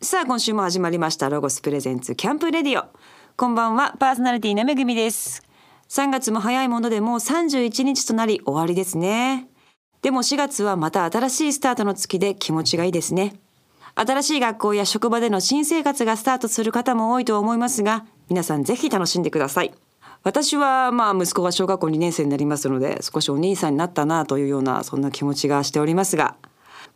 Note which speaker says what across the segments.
Speaker 1: さあ今週も始まりましたロゴスプレゼンツキャンプレディオこんばんはパーソナリティのめぐみです3月も早いものでもう31日となり終わりですねでも4月はまた新しいスタートの月で気持ちがいいですね新しい学校や職場での新生活がスタートする方も多いと思いますが皆さんぜひ楽しんでください私はまあ息子が小学校2年生になりますので少しお兄さんになったなというようなそんな気持ちがしておりますが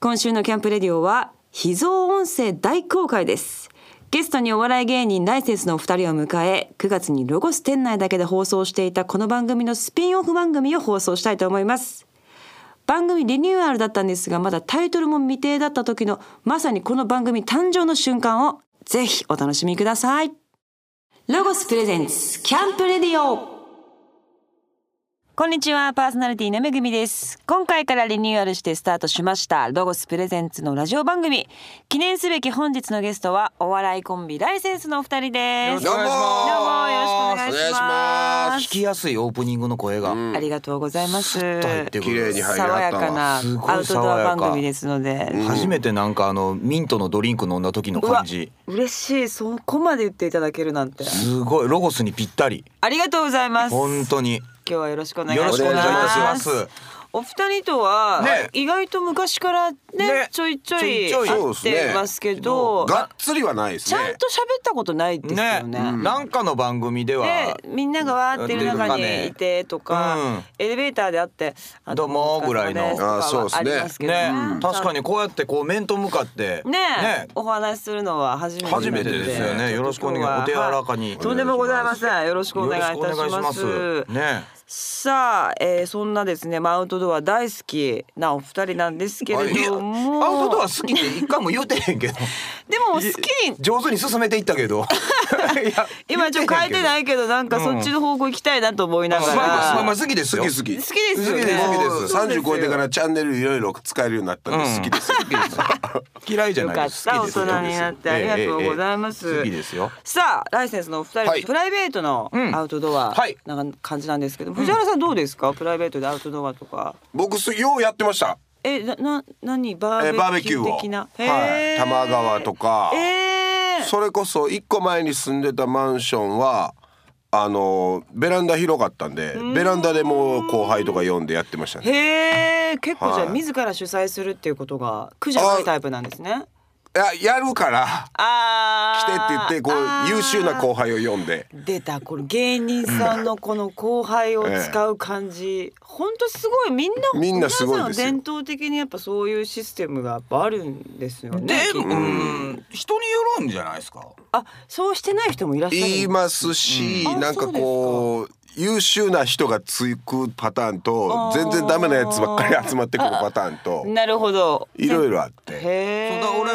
Speaker 1: 今週のキャンプレディオは秘蔵音声大公開ですゲストにお笑い芸人ライセンスのお二人を迎え9月にロゴス店内だけで放送していたこの番組のスピンオフ番組を放送したいと思います番組リニューアルだったんですがまだタイトルも未定だった時のまさにこの番組誕生の瞬間をぜひお楽しみくださいロゴスプレゼンツキャンプレディオこんにちはパーソナリティのめぐみです今回からリニューアルしてスタートしましたロゴスプレゼンツのラジオ番組記念すべき本日のゲストはお笑いコンビライセンスのお二人です
Speaker 2: どうもー
Speaker 1: どうもよろしくお願いしま
Speaker 2: お願い
Speaker 1: す
Speaker 3: 聞きやすいオープニングの声が、
Speaker 1: ありがとうございます
Speaker 3: と入ってくる
Speaker 2: 綺麗に入り
Speaker 1: 爽
Speaker 2: は
Speaker 1: や
Speaker 2: った
Speaker 1: かな
Speaker 2: わ
Speaker 3: すごい
Speaker 1: アウトド
Speaker 3: 爽や
Speaker 1: ア
Speaker 3: か
Speaker 1: 番組ですので、
Speaker 3: 初めてなんかあのミントのドリンク飲んだ時の
Speaker 1: うわ
Speaker 3: 感じ
Speaker 1: 嬉しいそこまで言っていただけるなんて
Speaker 3: すごいロゴスにぴったり
Speaker 1: ありがとうございます
Speaker 3: 本当に
Speaker 1: 今日はよろしくお願いしま
Speaker 3: よろ
Speaker 1: す
Speaker 3: しくお願いします
Speaker 1: お二人とは、
Speaker 2: ね
Speaker 1: 意外と昔からね
Speaker 3: ね
Speaker 1: ちょいちょい
Speaker 3: ちょいちょい
Speaker 1: 会
Speaker 2: そう
Speaker 1: っ
Speaker 2: ですね
Speaker 1: てますけど
Speaker 2: がっつりはないです
Speaker 1: ち
Speaker 2: ね
Speaker 1: ゃんと喋ったことないですよ
Speaker 3: ね
Speaker 1: ね
Speaker 3: なんかの番組では
Speaker 1: でみんながわーってる中にいてとか、
Speaker 3: うん
Speaker 1: エレベーターであって「あの
Speaker 3: どうも
Speaker 1: お疲れ様ですとか
Speaker 2: ぐらいのあそうっすね
Speaker 1: はありますけど
Speaker 3: ね
Speaker 1: ね
Speaker 3: 確かにこうやってこう面と向かって
Speaker 1: ねお話しするのは初めてなので
Speaker 3: 初めてですよねよろしくお願い
Speaker 1: 今日は
Speaker 3: お手柔らかに
Speaker 1: はいとんでもございませんよろしくお願いいたします
Speaker 3: ね
Speaker 1: さあ、えー、そんなですねまあアウトドア大好きなお二人なんですけれども、
Speaker 3: アウトドア好きって一回も言うてへんけど
Speaker 1: でも 好きに
Speaker 3: 上手に進めていった けどいや
Speaker 1: 今ちょっと変えて
Speaker 3: い
Speaker 1: ないけどなんかそっちの方向行きたいなと思いなが
Speaker 3: まあまあま
Speaker 1: ら、
Speaker 3: あ好きですよ
Speaker 2: 好き好き
Speaker 1: 好きですよね
Speaker 2: 好きです好きです
Speaker 1: そう
Speaker 2: 三
Speaker 1: です
Speaker 2: 十
Speaker 1: よ
Speaker 2: 超えてからチャンネルいろいろ使えるようになったんで
Speaker 3: うん
Speaker 2: 好 きです、
Speaker 3: 嫌いじゃ
Speaker 1: よ
Speaker 3: ない
Speaker 1: かっ
Speaker 3: です
Speaker 1: た大
Speaker 3: 好きです
Speaker 1: 人になってありがとうございます、
Speaker 3: 好きですよ
Speaker 1: さあライセンスのお二人、
Speaker 2: はい
Speaker 1: プライベートの
Speaker 3: うん
Speaker 1: アウトドア、
Speaker 3: はい
Speaker 1: なんか感じなんですけど藤原さんどうですか、プライベートでアウトドアとか
Speaker 2: 僕すようやってました
Speaker 1: えなな何バ
Speaker 2: えー
Speaker 1: ー
Speaker 2: バー
Speaker 1: ベ
Speaker 2: ベ
Speaker 1: キ
Speaker 2: キ
Speaker 1: ュ
Speaker 2: ュ
Speaker 1: ー
Speaker 2: ーを
Speaker 1: 的な、
Speaker 2: はい多摩川とか、
Speaker 1: えー、
Speaker 2: それこそ一個前に住んでたマンションはあのベランダ広かったんでベランダでもう後輩とか呼んでやってましたね
Speaker 1: へえ結構じゃあ
Speaker 2: はい
Speaker 1: 自ら主催するっていうことが苦じゃないタイプなんですね
Speaker 2: いややるから
Speaker 1: あ
Speaker 2: 来てって
Speaker 1: ー
Speaker 2: 言ってこ
Speaker 1: あ
Speaker 2: う
Speaker 1: ー
Speaker 2: 優秀な後輩を呼んで
Speaker 1: 出たこれ芸人さんのこの後輩を使う感じ、本当すごいみんな
Speaker 2: みんなすごい
Speaker 1: 皆
Speaker 2: で
Speaker 1: さ
Speaker 2: す
Speaker 1: ん
Speaker 2: よ
Speaker 1: 伝統的にやっぱそういうシステムがやっぱあるんですよ
Speaker 3: で
Speaker 1: ね。きっと
Speaker 3: うん人によるんじゃないですか
Speaker 1: あそうしてない人もいらっしゃる。
Speaker 2: 言いますし、
Speaker 1: うん
Speaker 2: なんかこう優秀な人がつくパターンと全然ダメなやつばっかり集まってくるパターンと
Speaker 1: なるほど。
Speaker 2: いろいろあっ
Speaker 3: そ
Speaker 2: て
Speaker 3: う
Speaker 1: へえ。
Speaker 3: だ俺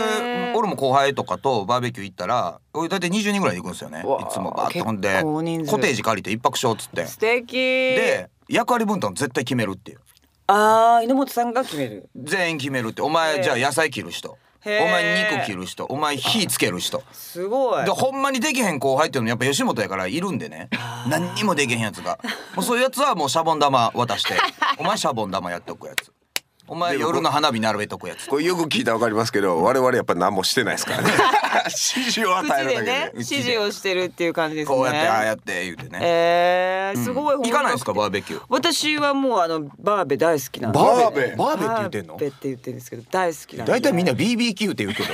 Speaker 3: 俺も後輩とかとバーベキュー行ったら俺大体20人ぐらいで行くんですよねい
Speaker 1: わあ
Speaker 3: つもバーってほん
Speaker 1: 結
Speaker 3: で
Speaker 1: 構人数
Speaker 3: コテージ借りて一泊しようっつって
Speaker 1: 素敵。
Speaker 3: で役割分担絶対決めるっていう
Speaker 1: ああ井本さんが決める。
Speaker 3: 全員決めるってお
Speaker 1: へえ
Speaker 3: 前じゃあ野菜切る人お
Speaker 1: へえ
Speaker 3: 前肉切る人お前火つける人
Speaker 1: すごい
Speaker 3: で。ほんまにできへん後輩っていうのもやっぱ吉本やからいるんでね何にもできへんやつがもうそういうやつはもうシャボン玉 渡して「お前シャボン玉やっとくやつ」「お前夜の花火並べとくやつ」
Speaker 2: これよく聞いたらわかりますけど我々やっぱ何もしてないですからね指示を
Speaker 1: 口
Speaker 2: 与える
Speaker 1: で
Speaker 2: だけ
Speaker 1: ね
Speaker 2: で
Speaker 1: 指示をしてるっていう感じですね。
Speaker 3: こうやってああやって言うてね
Speaker 1: えー、すごい、
Speaker 3: 行かないですかバーベキュー
Speaker 1: 私はもうあのバーベ大好きなんで
Speaker 2: バーベ
Speaker 3: バ
Speaker 1: バーベって言ってるんですけど大好きなんで
Speaker 3: 大体みんな BBQ って言うけど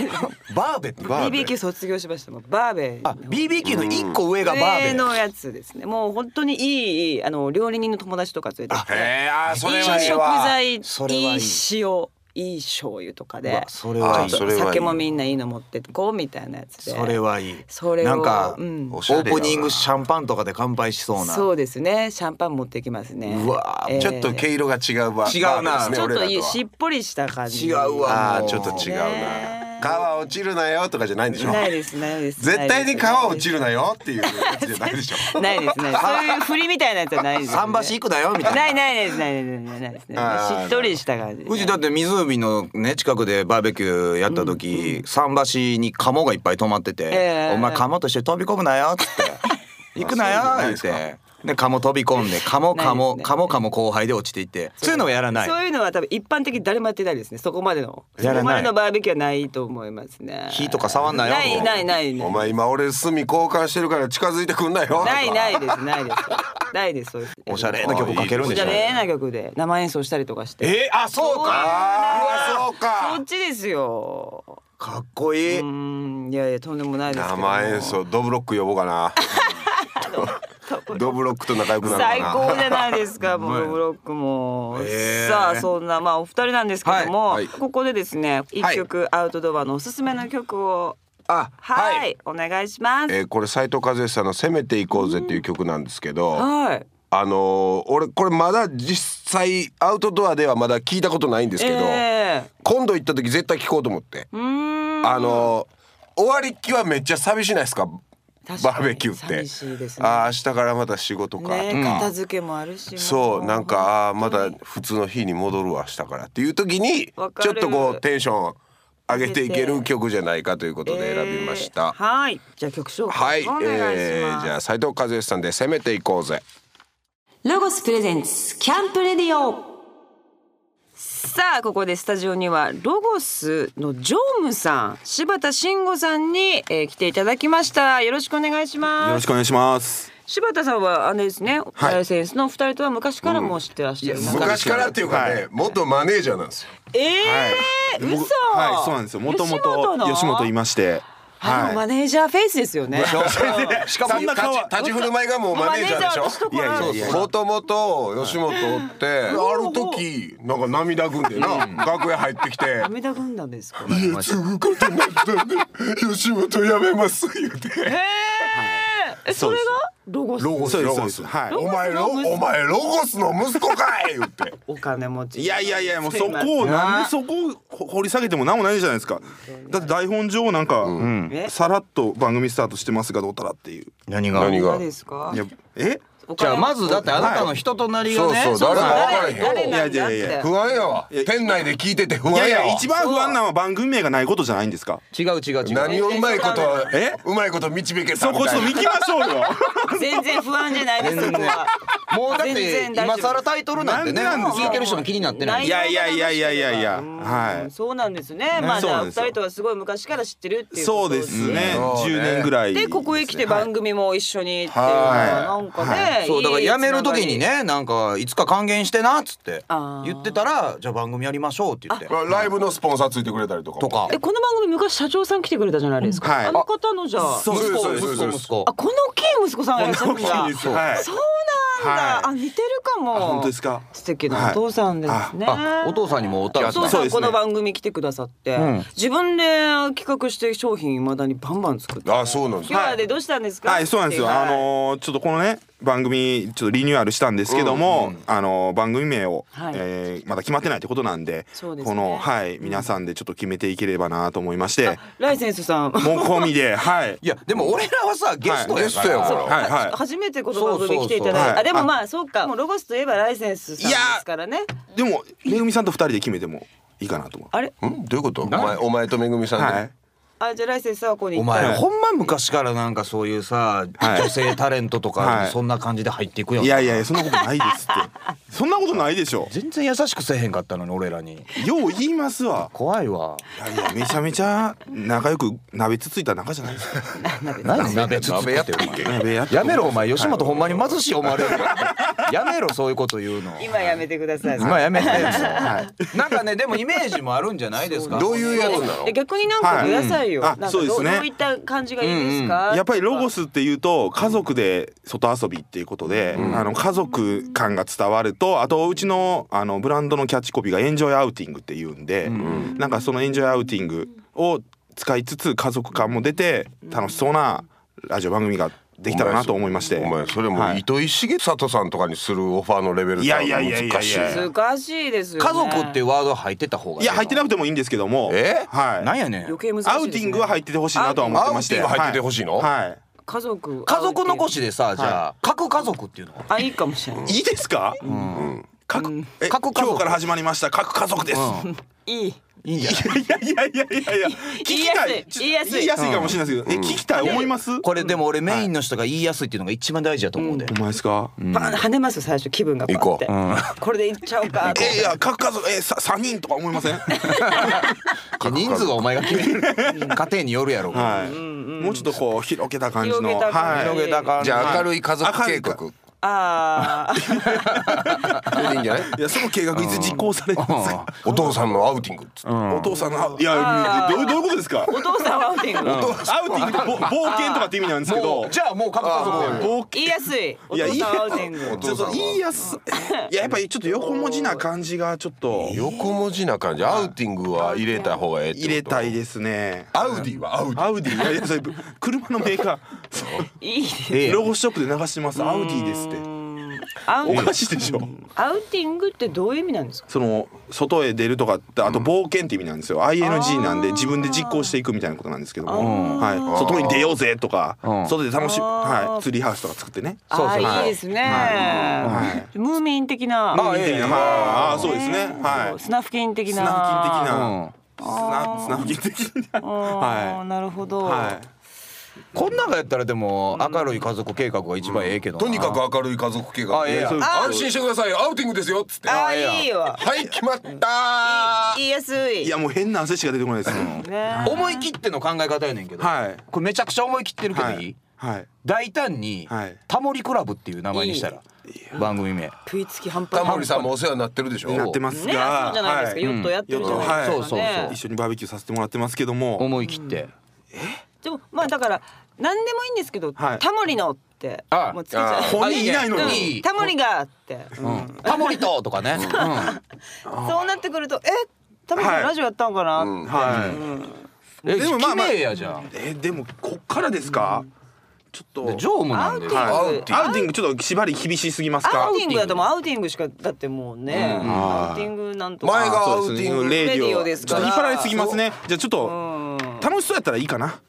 Speaker 3: バーベってバーベ
Speaker 1: BBQ 卒業しましたもうバーベ
Speaker 3: あ BBQ の一個上がバー
Speaker 1: 上
Speaker 3: ベ
Speaker 1: のやつですねもう本当にいいいいあの料理人の友達とか連れてきて
Speaker 2: へえ あーそ
Speaker 1: い
Speaker 2: れ
Speaker 1: い
Speaker 2: はいい
Speaker 1: 食
Speaker 2: わ
Speaker 1: 材いい
Speaker 3: それはいい
Speaker 1: 塩いい醤油とか
Speaker 3: う
Speaker 1: で
Speaker 3: わそれはいい
Speaker 1: ちょっと
Speaker 2: それはいい
Speaker 1: 酒もみんないいの持ってこうみたいなやつで
Speaker 3: それはいい
Speaker 1: それを
Speaker 3: なんか、
Speaker 1: うん
Speaker 3: オープニングシャンパンとかで乾杯しそうな
Speaker 1: そうですねシャンパン持ってきますね
Speaker 3: うわー
Speaker 1: えー
Speaker 2: ちょっと毛色が違うわ
Speaker 3: 違うな
Speaker 2: バーベですね
Speaker 1: ちょっ
Speaker 2: 俺
Speaker 1: と
Speaker 2: らと
Speaker 1: いいし
Speaker 2: は
Speaker 1: っぽりした感じ
Speaker 3: 違うわ
Speaker 2: あーちょっと違う
Speaker 1: ね
Speaker 2: な皮落ちるなよとかじゃないんでしょ
Speaker 1: ないですないです
Speaker 2: 絶対に皮落ち
Speaker 1: る
Speaker 2: るなよっていうやつじゃないでしょ
Speaker 1: ないですないですそういう振りみたいなやつはないです
Speaker 3: 桟橋行くなよみたいな
Speaker 1: ないないですないですないですね
Speaker 2: あー
Speaker 1: しっとりした感じ
Speaker 3: うちだって湖のね近くでバーベキューやった時、桟橋にカモがいっぱい止まってて
Speaker 1: え
Speaker 3: 「
Speaker 1: え
Speaker 3: お前カモとして飛び込むなよ」っつって「行くなよ」
Speaker 2: あそうなん
Speaker 3: っ
Speaker 2: ですか
Speaker 3: てでカモ飛び込んでカモカ
Speaker 1: ない
Speaker 3: モ
Speaker 1: ですね
Speaker 3: カモカモ後輩で落ちていってそういうのはやらない
Speaker 1: そういうのは多分一般的に誰もやってないですねそこまでの
Speaker 3: やらな
Speaker 1: そ
Speaker 3: い
Speaker 1: こまでのバーベキューはないと思いますね
Speaker 3: 火とか触んなよ
Speaker 1: ないないないな
Speaker 2: お
Speaker 1: い
Speaker 2: 前今俺炭交換してるから近づいてくんなよ
Speaker 1: ないないですないですないですそういう
Speaker 3: おしゃれな曲かけるん
Speaker 1: お
Speaker 3: で
Speaker 1: し
Speaker 3: し
Speaker 1: ゃ
Speaker 3: ょ
Speaker 1: れな曲で生演奏したりとかして
Speaker 2: えあそうかあーそうか
Speaker 1: そっちですよ
Speaker 3: かっこいいう
Speaker 1: ーんいやいやとんでもないですけども
Speaker 2: 生演奏ドブロック呼ぼうかなドブロックと仲良くなるか
Speaker 1: 最
Speaker 2: な
Speaker 1: 高じゃないです かもうブロックも、
Speaker 3: へー
Speaker 1: さあそんなまあお二人なんですけども、
Speaker 2: はいはい
Speaker 1: ここでですね一曲アウトドアのおすすめの曲を
Speaker 2: あ
Speaker 1: はい、お願いします、
Speaker 2: えーこれ斉藤和義さんの「攻めていこうぜ」っていう曲なんですけど、
Speaker 1: はい
Speaker 2: あのー俺これまだ実際アウトドアではまだ聞いたことないんですけど、
Speaker 1: え
Speaker 2: 今度行った時絶対聞こうと思って、
Speaker 1: ー、うーん
Speaker 2: あのー終わりっきはめっちゃ寂しいないですか
Speaker 1: 確かに
Speaker 2: バーベキューって
Speaker 1: 寂しいですね
Speaker 2: ああ明日からまた仕事か、
Speaker 1: ね
Speaker 2: うん
Speaker 1: 片付けもあるし、
Speaker 2: そうなんかあーま
Speaker 1: 本当
Speaker 2: た
Speaker 1: に
Speaker 2: 普通の日に戻るわ明日からっていう時に
Speaker 1: わか
Speaker 2: ちょ
Speaker 1: る
Speaker 2: っとこうテンション上げていける曲じゃないかということで選びました
Speaker 1: え。ーはいじゃあ曲紹
Speaker 2: はい、
Speaker 1: 介お願いし
Speaker 2: え
Speaker 1: ま
Speaker 2: ー
Speaker 1: す、
Speaker 2: じゃあ斉藤和義さんで攻めていこうぜ。
Speaker 4: ロゴスプレゼンツキャンプレディオ
Speaker 1: さあここでスタジオにはロゴスの常務さん柴田慎吾さんに、えー来ていただきましたよろしくお願いし
Speaker 5: よ
Speaker 1: ま
Speaker 5: ろ
Speaker 1: す
Speaker 5: しくお願いします。
Speaker 1: 柴田さんはあれですね、はい、センスのお二人とは昔からもう知ってらっしゃる、
Speaker 2: 昔からっていうかね、元マネージャーなんですよ。
Speaker 1: えー、
Speaker 5: 僕
Speaker 1: 嘘
Speaker 5: はい、そうなんですよ。もともと吉本いまして。
Speaker 1: あのマ
Speaker 5: い。
Speaker 1: ネージャーフェイスですよ ね
Speaker 3: しかも
Speaker 5: そんな顔は
Speaker 2: 立ち立ち振る舞いがもうマネージャーでし
Speaker 1: マネージャーの人
Speaker 2: ょ。
Speaker 1: か
Speaker 5: いやいやいや
Speaker 2: もともと吉本って、ある時なんか涙ぐんでな楽屋入ってきて。
Speaker 1: 雨田軍団ですか
Speaker 2: いやすぐことになったんで吉本辞めます言うて
Speaker 1: えー、えそれがロゴス
Speaker 2: ロゴス
Speaker 5: そうです
Speaker 2: ロゴス
Speaker 5: そうですはい
Speaker 2: お前ロお前ロゴスの息子かい言って
Speaker 1: お金持ち
Speaker 5: いやいやいや、もう
Speaker 1: す
Speaker 5: そ
Speaker 1: いません
Speaker 5: こをなんでそこをほ掘り下げても何もないじゃないですか。だって台本上なんか、うんさらっと番組スタートしてますがどうたらっていう。
Speaker 3: 何が
Speaker 2: 何が
Speaker 1: 誰ですか
Speaker 5: いや、え？
Speaker 1: お
Speaker 3: じ
Speaker 1: 金
Speaker 3: ゃあまずだってあなたの人となりがね、
Speaker 2: はいそうそう誰か分からへん
Speaker 1: 誰なん
Speaker 5: い
Speaker 1: だっ
Speaker 5: や
Speaker 1: て
Speaker 5: いやいや
Speaker 2: 不安やわ店内で聞いてて不
Speaker 5: い
Speaker 2: 安
Speaker 5: やい
Speaker 2: や
Speaker 5: や、
Speaker 2: わ
Speaker 5: 一番不安なのは番組名がないことじゃないんですか。
Speaker 3: 違う違う違う
Speaker 2: 何をうまいこと
Speaker 5: え
Speaker 2: うまいこと導けた
Speaker 5: そ
Speaker 2: み
Speaker 5: こち
Speaker 2: た
Speaker 5: ょっ
Speaker 2: いな
Speaker 5: と見きましょうよ。
Speaker 1: 全然不安じゃないですそこは
Speaker 3: もうだって
Speaker 1: 全然大丈夫
Speaker 3: 今更タイトルなんてね
Speaker 5: なんでなんです
Speaker 3: 聞
Speaker 5: か
Speaker 3: いてる人も気になってない
Speaker 1: 内
Speaker 5: い
Speaker 1: 容が
Speaker 5: や
Speaker 1: 楽し
Speaker 5: い
Speaker 1: ければ
Speaker 5: やいやいやいやいや
Speaker 1: うん
Speaker 5: はい
Speaker 1: そうなんですねまあじ
Speaker 5: そう
Speaker 1: ゃあ
Speaker 5: な
Speaker 1: 二
Speaker 5: んですよ
Speaker 1: 人とはすごい昔から知ってるっていう
Speaker 5: そ
Speaker 1: こ
Speaker 5: う
Speaker 1: と
Speaker 5: ですね。
Speaker 2: そうね
Speaker 5: 10年ぐらい。
Speaker 1: でここへ来て番組も一緒にっていうの
Speaker 5: はい
Speaker 1: はなんかね
Speaker 3: そうだから
Speaker 1: いい
Speaker 3: 辞める時に
Speaker 1: つ
Speaker 3: ねなんかいつか還元してなっつって
Speaker 1: あー
Speaker 3: 言ってたらじゃあ番組やりましょうって言って
Speaker 2: ライブのスポンサーついてくれたりとか
Speaker 3: とか
Speaker 1: ながりえこの番組昔社長さん来てくれたじゃないですか、
Speaker 5: はい
Speaker 1: あの方のじゃあ
Speaker 5: そうですそうです
Speaker 2: そう
Speaker 3: 息
Speaker 2: です
Speaker 3: 子息子
Speaker 1: あこの大きい息子さんがいらっしゃるんだ
Speaker 5: 大きいですはい
Speaker 1: そうなんだ、
Speaker 5: はい
Speaker 1: あ似てるかも
Speaker 5: あ本当ですか
Speaker 1: 素敵なお父さんですね、
Speaker 3: あお父さんにもおた
Speaker 1: お
Speaker 3: ら
Speaker 1: 父
Speaker 5: そ
Speaker 1: さ
Speaker 5: うんです
Speaker 1: こ
Speaker 5: ね
Speaker 1: の番組来てくださって、自分で企画して商品いまだにバンバン作って
Speaker 2: あそうなんです
Speaker 1: 今日はでどうしたんですか、
Speaker 5: はい、そうなんですよ。
Speaker 1: って
Speaker 5: あのーちょっとこのね、番組、ちょっとリニューアルしたんですけども、あのー番組名を、
Speaker 1: はい
Speaker 5: えーまだ決まってないってことなんで、
Speaker 1: そうですね
Speaker 5: この、はい、皆さんでちょっと決めていければなと思いまして、
Speaker 1: ライセンスさん
Speaker 5: もう込 みで、はい。
Speaker 3: いやでも俺らはさゲスト
Speaker 2: はい
Speaker 3: や
Speaker 2: ゲス
Speaker 3: か
Speaker 2: ト
Speaker 3: ら、
Speaker 2: やから
Speaker 5: はいは
Speaker 1: 初めてこの番組来ていただいて
Speaker 5: そうそうそう
Speaker 1: あでもまあそうかもうロゴスといえばライセンスさんですからね
Speaker 5: い。でも、めぐみさんと二人で決めてもいいかなと思う。
Speaker 1: あれ
Speaker 2: んどういうことお前お前とめぐみさんで、
Speaker 5: はい。
Speaker 1: あじゃあライセンスさんはここに
Speaker 3: お
Speaker 1: 行った
Speaker 3: 前、
Speaker 1: ら
Speaker 3: ほんま昔からなんかそういうさ、
Speaker 5: はい
Speaker 3: 女性タレントとか
Speaker 5: はい
Speaker 3: そんな感じで入っていくよ
Speaker 5: いやいやいや、そんなことないですって。そんなことないでしょ。
Speaker 3: 全然優しくせえへんかったのに俺らに
Speaker 5: よう言いますわ。
Speaker 3: 怖いわ
Speaker 5: いやいや、めちゃめちゃ仲良く鍋つついた仲じゃないですか。
Speaker 3: 何鍋つつ
Speaker 2: 鍋や
Speaker 3: っ
Speaker 2: った
Speaker 3: て
Speaker 2: っ
Speaker 3: お前
Speaker 5: 鍋やって
Speaker 3: やめろお前吉本ほんまに貧しい思われるよやめろそういうこと言うの
Speaker 1: 今やめてください
Speaker 3: 今やめてよなんかねでもイメージもあるんじゃないですか
Speaker 2: どういうやつなの
Speaker 1: え逆になんかくださいよ、
Speaker 5: はいうん
Speaker 1: な
Speaker 5: あ
Speaker 1: んか
Speaker 5: そうですね
Speaker 1: どどういった感じがいいですか、
Speaker 5: やっぱりロゴスっていうと家族で外遊びっていうことで、あの家族感が伝わるとあとうちのあのブランドのキャッチコピーが「エンジョイアウティング」っていうんで、なんかその「エンジョイアウティング」を使いつつ家族感も出て楽しそうなラジオ番組ができたらなと思いまして。
Speaker 2: お前それも
Speaker 5: は
Speaker 2: う
Speaker 5: い
Speaker 2: 糸井重里さんとかにするオファーのレベル
Speaker 5: い
Speaker 2: とは
Speaker 5: や
Speaker 2: 難しい
Speaker 5: いやいやいやいや
Speaker 1: 難しいですよね
Speaker 3: 家族っていうワード入ってた方が
Speaker 5: いや入ってな
Speaker 3: く
Speaker 5: くてもいいんですけども、
Speaker 2: え
Speaker 5: はい、
Speaker 3: なんやねん
Speaker 1: 余計難しいです、ね、
Speaker 5: アウティングは入っててほしいなとは思ってまし
Speaker 2: アウティン
Speaker 5: て
Speaker 2: グは入っててほしいの
Speaker 5: はいは
Speaker 1: 家族
Speaker 3: 家族残
Speaker 1: し
Speaker 3: しでさじゃあ各家族っていうのは
Speaker 1: あいいかもしれない
Speaker 5: い、いいですか、うん各え
Speaker 3: 各家族
Speaker 5: 今日から始まりました各家族です、
Speaker 1: いい
Speaker 3: いいんじゃない
Speaker 5: いやいやいやいやいや聞きたい
Speaker 1: 言いやすい
Speaker 5: 言いやすいかもしれないですけどえ聞きたい思います
Speaker 3: これでも俺メインの人が言いやすいっていうのが一番大事だと思うんで、
Speaker 5: お前ですか
Speaker 1: バーン跳ねますよ最初気分がバーンって
Speaker 3: 行こ
Speaker 1: これでいっちゃおうかって
Speaker 5: えいや各家族えさ三人とか思いません
Speaker 3: 人数はお前が決める家庭によるやろ、
Speaker 5: はいもうちょっとこう広げた感じの
Speaker 1: 広げた感じ
Speaker 5: は
Speaker 3: 広げた感
Speaker 2: じゃあ明るい家族
Speaker 5: 明る
Speaker 2: 計
Speaker 5: い
Speaker 2: 画
Speaker 5: か
Speaker 1: あー
Speaker 2: それでいいんじゃない
Speaker 5: いいやその計画いつ実行されるんですか
Speaker 2: お父さんのアウティングっつって
Speaker 5: お父さんのあいやどうどういうことですか
Speaker 1: お父さんはアウティング
Speaker 5: アウティングってぼ冒険とかって意味なんですけど
Speaker 3: もうじゃあもう各家族で
Speaker 5: 冒
Speaker 1: 言いやすいお
Speaker 5: いや
Speaker 1: 父
Speaker 5: い
Speaker 1: さ
Speaker 5: や
Speaker 1: んはアウティング
Speaker 5: ちょっといいやすいややっぱりちょっと横文字な感じがちょっと
Speaker 2: 横文字な感じアウティングは入れた方がええってこと
Speaker 5: 入れたいですね
Speaker 2: アウディはアウディ
Speaker 5: アウディいやいやそれ車のメーカ
Speaker 1: いいです
Speaker 5: ーロゴショップで流してますアウディですって
Speaker 1: アウ
Speaker 5: おかしいでしょ
Speaker 1: アウティングってどういう意味なんですか
Speaker 5: その外へ出るとかってあと冒険って意味なんですよ ING なんで自分で実行していくみたいなことなんですけどもはい外に出ようぜとか
Speaker 3: うん
Speaker 5: 外で楽しむはいツリーハウスとか作ってね
Speaker 1: ああーいいですねムーミン的な
Speaker 5: ああーそうですねはい
Speaker 1: スナフキン的
Speaker 5: ス
Speaker 1: な
Speaker 5: ナフキン的なスナスナフキン的
Speaker 1: あ
Speaker 5: な
Speaker 1: ー
Speaker 5: は
Speaker 1: なるほど
Speaker 5: いはい
Speaker 3: こん中やったらでも明るい家族計画が一番ええけどな、
Speaker 2: とにかく明るい家族計画
Speaker 3: あええやん
Speaker 2: 安心してくださいアウティングですよっつって
Speaker 1: あ
Speaker 2: は
Speaker 1: ーいいわ
Speaker 2: い決まった
Speaker 1: 言いやすい
Speaker 5: いやもう変な汗しか出てこないですよ
Speaker 1: ね
Speaker 3: 思い切っての考え方やねんけど、
Speaker 5: はい
Speaker 3: これめちゃくちゃ思い切ってるけどいい、
Speaker 5: はいはい
Speaker 3: 大胆に、
Speaker 5: はい
Speaker 3: タモリクラブっていう名前にしたら番組名
Speaker 1: 食いつき半端
Speaker 2: タ
Speaker 1: ない
Speaker 2: モリさんもお世話になってるでしょ
Speaker 5: なってます
Speaker 1: ね
Speaker 5: が
Speaker 1: そうじゃないですか
Speaker 5: は
Speaker 1: ヨットやってるじゃないですか
Speaker 3: ヨットはいそうそう
Speaker 1: ね
Speaker 3: そう
Speaker 5: 一緒にバーベキューさせてもらってますけども
Speaker 3: 思い切って、
Speaker 1: でもまあだから何でもいいんですけど、
Speaker 5: はい
Speaker 1: タモリのって
Speaker 3: ああ
Speaker 1: もうつけちゃ
Speaker 2: あ
Speaker 1: う
Speaker 2: あ
Speaker 5: 本人いないの
Speaker 1: うん
Speaker 5: に
Speaker 3: いい
Speaker 1: タモリがって、
Speaker 3: うんタモリととかね、
Speaker 1: そうなってくるとえタモリさん、
Speaker 5: はい
Speaker 1: ラジオやったんかな、
Speaker 2: うん
Speaker 5: は
Speaker 3: うんえ
Speaker 5: でも
Speaker 3: 引
Speaker 5: まあ
Speaker 3: き
Speaker 5: まあ
Speaker 3: 名やじゃん
Speaker 5: いえでもこっからですかちょっと
Speaker 3: で常務なんで
Speaker 1: ア
Speaker 5: ア
Speaker 1: ウ
Speaker 5: ウ
Speaker 1: テ
Speaker 5: テ
Speaker 1: ィング
Speaker 5: ィングちょっと縛り厳しすぎますか
Speaker 1: アウティングだともうアウティングしかだってもうね、アウティングなんとか
Speaker 2: 前がア
Speaker 5: そ
Speaker 2: ウ
Speaker 5: う
Speaker 2: テ
Speaker 5: です
Speaker 2: ィン
Speaker 5: ね
Speaker 2: グ
Speaker 5: レデ
Speaker 1: レディ
Speaker 5: ィ
Speaker 1: オ
Speaker 5: オ
Speaker 1: です
Speaker 5: ち
Speaker 1: か
Speaker 5: ょっ
Speaker 1: ら
Speaker 5: と引っ張られすぎますねじゃあちょっと楽しそうやったらいいかな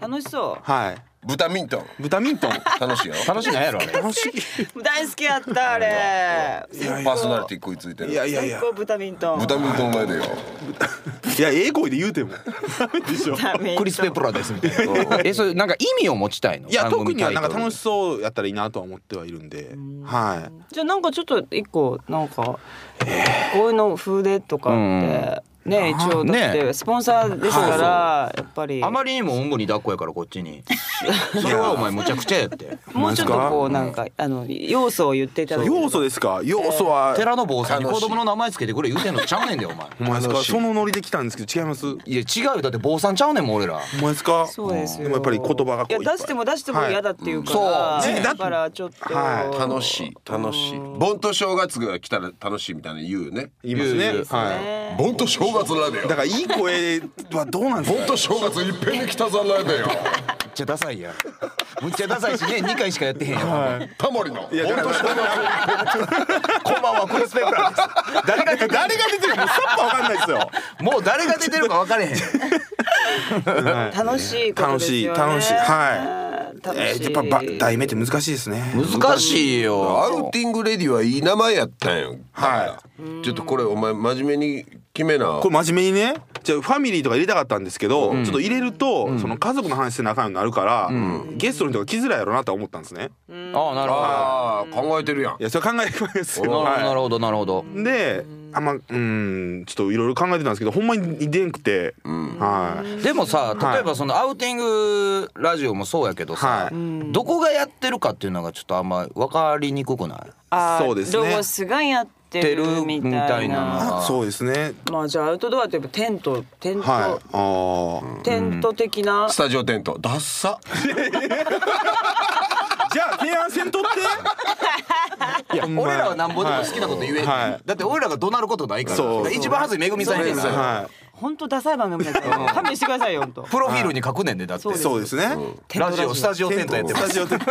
Speaker 1: 楽しそ
Speaker 5: はい
Speaker 2: 豚ミントン
Speaker 5: 豚ミン トン
Speaker 2: 楽 しいよ
Speaker 3: 楽しいなんやろあれ
Speaker 5: 楽し
Speaker 1: う大好きやったあれ
Speaker 2: パーソナリティ食いついて
Speaker 5: いいや
Speaker 2: る
Speaker 5: いやい
Speaker 1: 最
Speaker 5: や
Speaker 1: 高豚ミントン
Speaker 2: 豚ミントン前でよ
Speaker 5: いやええ声で言うてもダメでしょ
Speaker 1: 豚ミントン
Speaker 3: クリス・ペプラですみたいなえそれなんか意味を持ちたいの
Speaker 5: いや特にはなんか楽
Speaker 3: し
Speaker 5: しそうやったらいいなとは思ってはいるんではい
Speaker 1: じゃあなんかちょっと一個なんかこういうの風でとかって、ね一応だって
Speaker 3: ね
Speaker 1: スポンサーですから、やっぱり
Speaker 3: あまりにもおんぶに抱っこやからこっちにそれはお前むちゃくちゃやって
Speaker 1: もうちょっとこうなんかあの要素を言っていただいて
Speaker 5: 要素ですか要素は
Speaker 3: 寺の坊さんに子供の名前つけてくれ言うてんのちゃうねんでお前
Speaker 5: お前です
Speaker 2: 楽
Speaker 5: か
Speaker 2: しい
Speaker 5: そのノリで来たんですけど違いますお
Speaker 3: いや違うよだって坊さんちゃうねんもん俺ら
Speaker 5: 前ですか
Speaker 1: そうですよ
Speaker 5: でもやっぱり言葉がこういっ
Speaker 1: い
Speaker 5: ぱ
Speaker 1: や
Speaker 5: い
Speaker 1: 出しても出しても嫌だっていうから、
Speaker 3: はい
Speaker 5: そうね
Speaker 1: だからちょっと、
Speaker 5: は
Speaker 2: 楽しい楽しい盆と正月が来たら楽しいみたいなの言うよね
Speaker 5: 言いますね
Speaker 3: 言う言う
Speaker 5: は
Speaker 2: 盆と正月ラデ
Speaker 5: いだからいい声はどうなん ですか
Speaker 2: 盆と正月いっぺんに来たぞラデよ
Speaker 3: めっちゃダサいやん むっちゃダサいし ね2回しかやってへんやん、
Speaker 2: タモリの盆
Speaker 5: いやだか
Speaker 2: と
Speaker 5: ら
Speaker 2: 正月
Speaker 3: こんばんはクリス・ペプラです誰が出てる
Speaker 5: 誰が出てるかもうさっぱわかんないですよ
Speaker 3: もう誰が出てるか分かれへん
Speaker 1: 楽しいこと
Speaker 5: 楽
Speaker 1: です
Speaker 5: しい
Speaker 1: よね
Speaker 5: 楽しいはい
Speaker 1: 楽しい、
Speaker 5: えーやっぱば題名って難しいですね
Speaker 3: 難しいよ
Speaker 2: アウティングレディはいい名前やったんよはいちょっとこれお前真面目に決めな
Speaker 5: これ真面目にねじゃあファミリーとか入れたかったんですけど、ちょっと入れると、その家族の話せなあかんようになるから、ゲストの人が来づらいやろうなとは思ったんですね
Speaker 3: ああなるほ
Speaker 2: ああ考えてるやん
Speaker 5: いやそれ考えますよ、
Speaker 3: どな
Speaker 5: は
Speaker 3: るほどなるほど
Speaker 5: い、であんまうんちょっといろいろ考えてたんですけどほんまに出んくて、はい
Speaker 3: でもさ
Speaker 5: はい
Speaker 3: 例えばそのアウティングラジオもそうやけどさ、
Speaker 5: はい
Speaker 3: どこがやってるかっていうのがちょっとあんま分かりにくくない
Speaker 1: あー
Speaker 5: そうですね
Speaker 1: ロゴスがやってるみ
Speaker 3: やってる
Speaker 1: た
Speaker 3: みた
Speaker 1: い
Speaker 3: い
Speaker 1: な
Speaker 3: なあー
Speaker 5: そうですね
Speaker 1: まあじゃあアウトドアといえばテントテント、
Speaker 5: はいあー
Speaker 1: テント的な、
Speaker 2: スタジオテントダッサ
Speaker 5: じゃあ提案せんとっていや
Speaker 3: 俺らはなんぼでも好きなこと言える、
Speaker 5: はい
Speaker 3: だって俺らが怒鳴ることないから
Speaker 5: そう
Speaker 3: 一番恥ずいめぐみさんやねんから
Speaker 5: は
Speaker 1: 本当ダサい番組だから勘弁してくださいよ本 当
Speaker 3: プロフィールに書くねんでだって
Speaker 5: いそうですね
Speaker 3: ラジオスタジオテントやってま
Speaker 5: スタ
Speaker 3: す
Speaker 5: ジオテント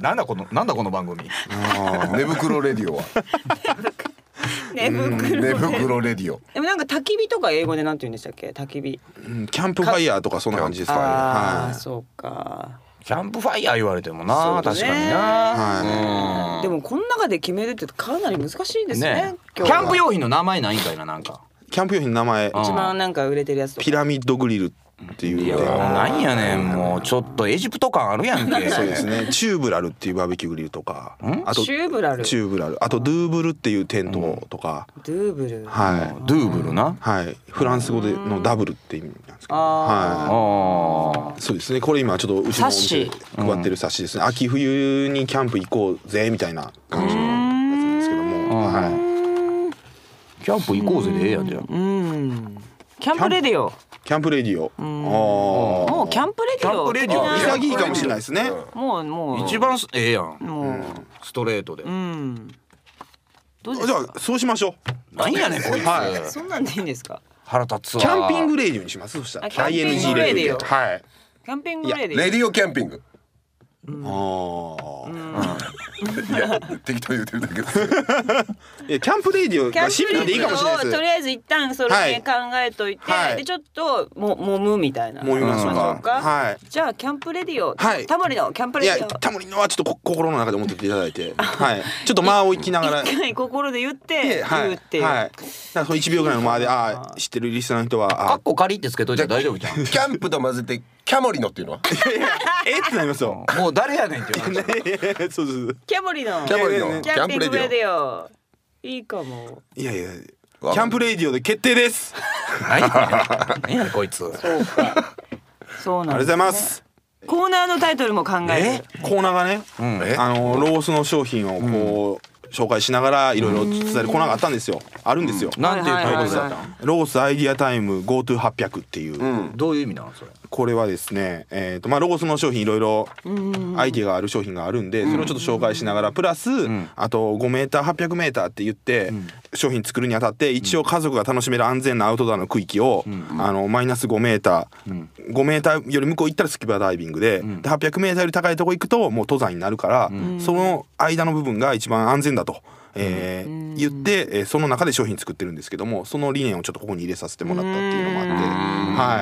Speaker 3: なんだこのなんだこの番組
Speaker 2: 寝袋レディオは
Speaker 1: 寝袋
Speaker 2: 寝袋レディオ
Speaker 1: でもなんか焚き火とか英語でなんて言うんでしたっけ焚き火
Speaker 5: うんキャンプファイヤーとかそんな感じですかね
Speaker 1: ああ、
Speaker 5: はい
Speaker 1: そうか
Speaker 3: キャンプファイヤー言われてもな、
Speaker 1: そう
Speaker 3: 確
Speaker 1: ね
Speaker 3: かにな
Speaker 5: は
Speaker 1: でもこの中で決めるってかなり難しいですね
Speaker 3: ね
Speaker 1: 今
Speaker 3: キ
Speaker 1: 日は
Speaker 3: ャンプ用品の名前ないんかいななんか
Speaker 5: いキャンプ用品の名前
Speaker 3: ん
Speaker 1: 一番なんか売れてるやつとか
Speaker 5: ピラミッドグリルっていう
Speaker 3: いや
Speaker 5: ので
Speaker 3: なんやねんもうちょっとエジプト感あるやんけ
Speaker 5: そうですねチューブラルっていうバーベキューグリルとかあと
Speaker 1: チューブラル
Speaker 5: チューブラルあとドゥーブルっていうテントとか、
Speaker 1: ドゥーブル
Speaker 5: はい
Speaker 3: ドゥーブルな
Speaker 5: はいフランス語でのダブルって意味なんですけど
Speaker 1: あ
Speaker 5: は
Speaker 3: あ
Speaker 5: いそうですねこれ今ちょっとうちのお店で
Speaker 1: 冊
Speaker 5: 配ってる冊子ですね、秋冬にキャンプ行こうぜみたいな感じのやつなんですけども、
Speaker 3: うん
Speaker 5: はい
Speaker 3: キャンプ行こうぜでええやんじゃん
Speaker 1: うんキャンプレディオ
Speaker 5: キャンプレディオ。あ
Speaker 1: もうキャンプレディオ
Speaker 3: キャンプレディオ
Speaker 5: あ。
Speaker 3: いや
Speaker 5: 潔いかもしれないですね。
Speaker 1: もうもう
Speaker 3: 一番すええやん
Speaker 1: もう
Speaker 3: ストレートで
Speaker 1: うんどうで
Speaker 5: じ
Speaker 1: す
Speaker 5: ゃ
Speaker 1: か
Speaker 5: あそうしましょ
Speaker 3: なんやねんこい
Speaker 5: はい
Speaker 3: つ
Speaker 1: そんなんでいいんですか
Speaker 3: 腹立つ
Speaker 5: う。
Speaker 3: わ
Speaker 5: キャンピングレディオにします。そしたら
Speaker 1: あキャンピングレディオ
Speaker 5: ING はい。
Speaker 1: キャンピング レディオ
Speaker 2: レディオキャンピン グ
Speaker 5: あ
Speaker 2: いや適当に言ってるだけです
Speaker 5: あ。いやキャンプレディオ
Speaker 1: キャ
Speaker 5: が
Speaker 1: ン
Speaker 5: シン
Speaker 1: プ
Speaker 5: プル
Speaker 1: レ
Speaker 5: でい
Speaker 1: デ
Speaker 5: い
Speaker 1: ィ
Speaker 5: かもしれ
Speaker 1: オ
Speaker 5: ない
Speaker 1: を
Speaker 5: です
Speaker 1: とり。あえず一旦それ
Speaker 5: は
Speaker 1: で
Speaker 5: い
Speaker 1: 考えといて、
Speaker 5: はい
Speaker 1: でちょっとも揉むみたいな
Speaker 5: もう言いまし
Speaker 1: そ
Speaker 5: ょう
Speaker 1: うか
Speaker 5: か。はい。
Speaker 1: じゃあキャンプレディオ、
Speaker 5: はい
Speaker 1: タモリのキャンプ
Speaker 5: い
Speaker 1: レ
Speaker 5: や
Speaker 1: ディオ
Speaker 5: タモリのはちょっとこ心の中で持ってきていただいて、はい。ちょっと間を置きながら。
Speaker 1: 一回心で言って、
Speaker 5: はい。
Speaker 1: 言うっていう、
Speaker 5: はい。だからその一秒ぐらいの間で、ああ知ってるリスナーの人は、
Speaker 3: カ
Speaker 5: あ
Speaker 3: ッコ仮ってつけといて大丈夫じゃん
Speaker 2: キャンプと混ぜてキャモリのっていうのは
Speaker 5: えってなりますよ。
Speaker 3: もう誰やねんっていう話
Speaker 5: そうそうそう。
Speaker 1: キャモリの
Speaker 2: キャモリの
Speaker 1: キャンピングレディオいいかも
Speaker 5: いやいや。キャンプレディオで決定です。
Speaker 3: 何やねん何やねんこいつ
Speaker 1: そう
Speaker 5: あ
Speaker 1: なん
Speaker 5: りがとうご
Speaker 1: で
Speaker 5: ざ
Speaker 1: す
Speaker 5: います。
Speaker 1: コーナーのタイトルも考える
Speaker 5: コーナーがね、
Speaker 2: え
Speaker 5: あのロースの商品をこう、紹介しながらいろいろ伝えるコーナーがあったんですよあるんですよ、
Speaker 3: なんていうタイトルだ
Speaker 1: は
Speaker 3: っ
Speaker 1: い
Speaker 3: た
Speaker 1: は
Speaker 3: ん
Speaker 5: ロースアイディアタイム GoTo800 っていう、
Speaker 3: どういう意味なのそれ
Speaker 5: これはですね、えーとまあ、ロースの商品いろいろアイディアがある商品があるんで、それをちょっと紹介しながらプラス、あと 5m800m って言って、商品作るにあたって一応家族が楽しめる安全なアウトドアの区域を、あのマイナス 5m5m、5m より向こう行ったらスキューバダイビングで,、で 800m より高いとこ行くともう登山になるから、その間の部分が一番安全だと。えー言って、えーその中で商品作ってるんですけどもその理念をちょっとここに入れさせてもらったっていうのもあって、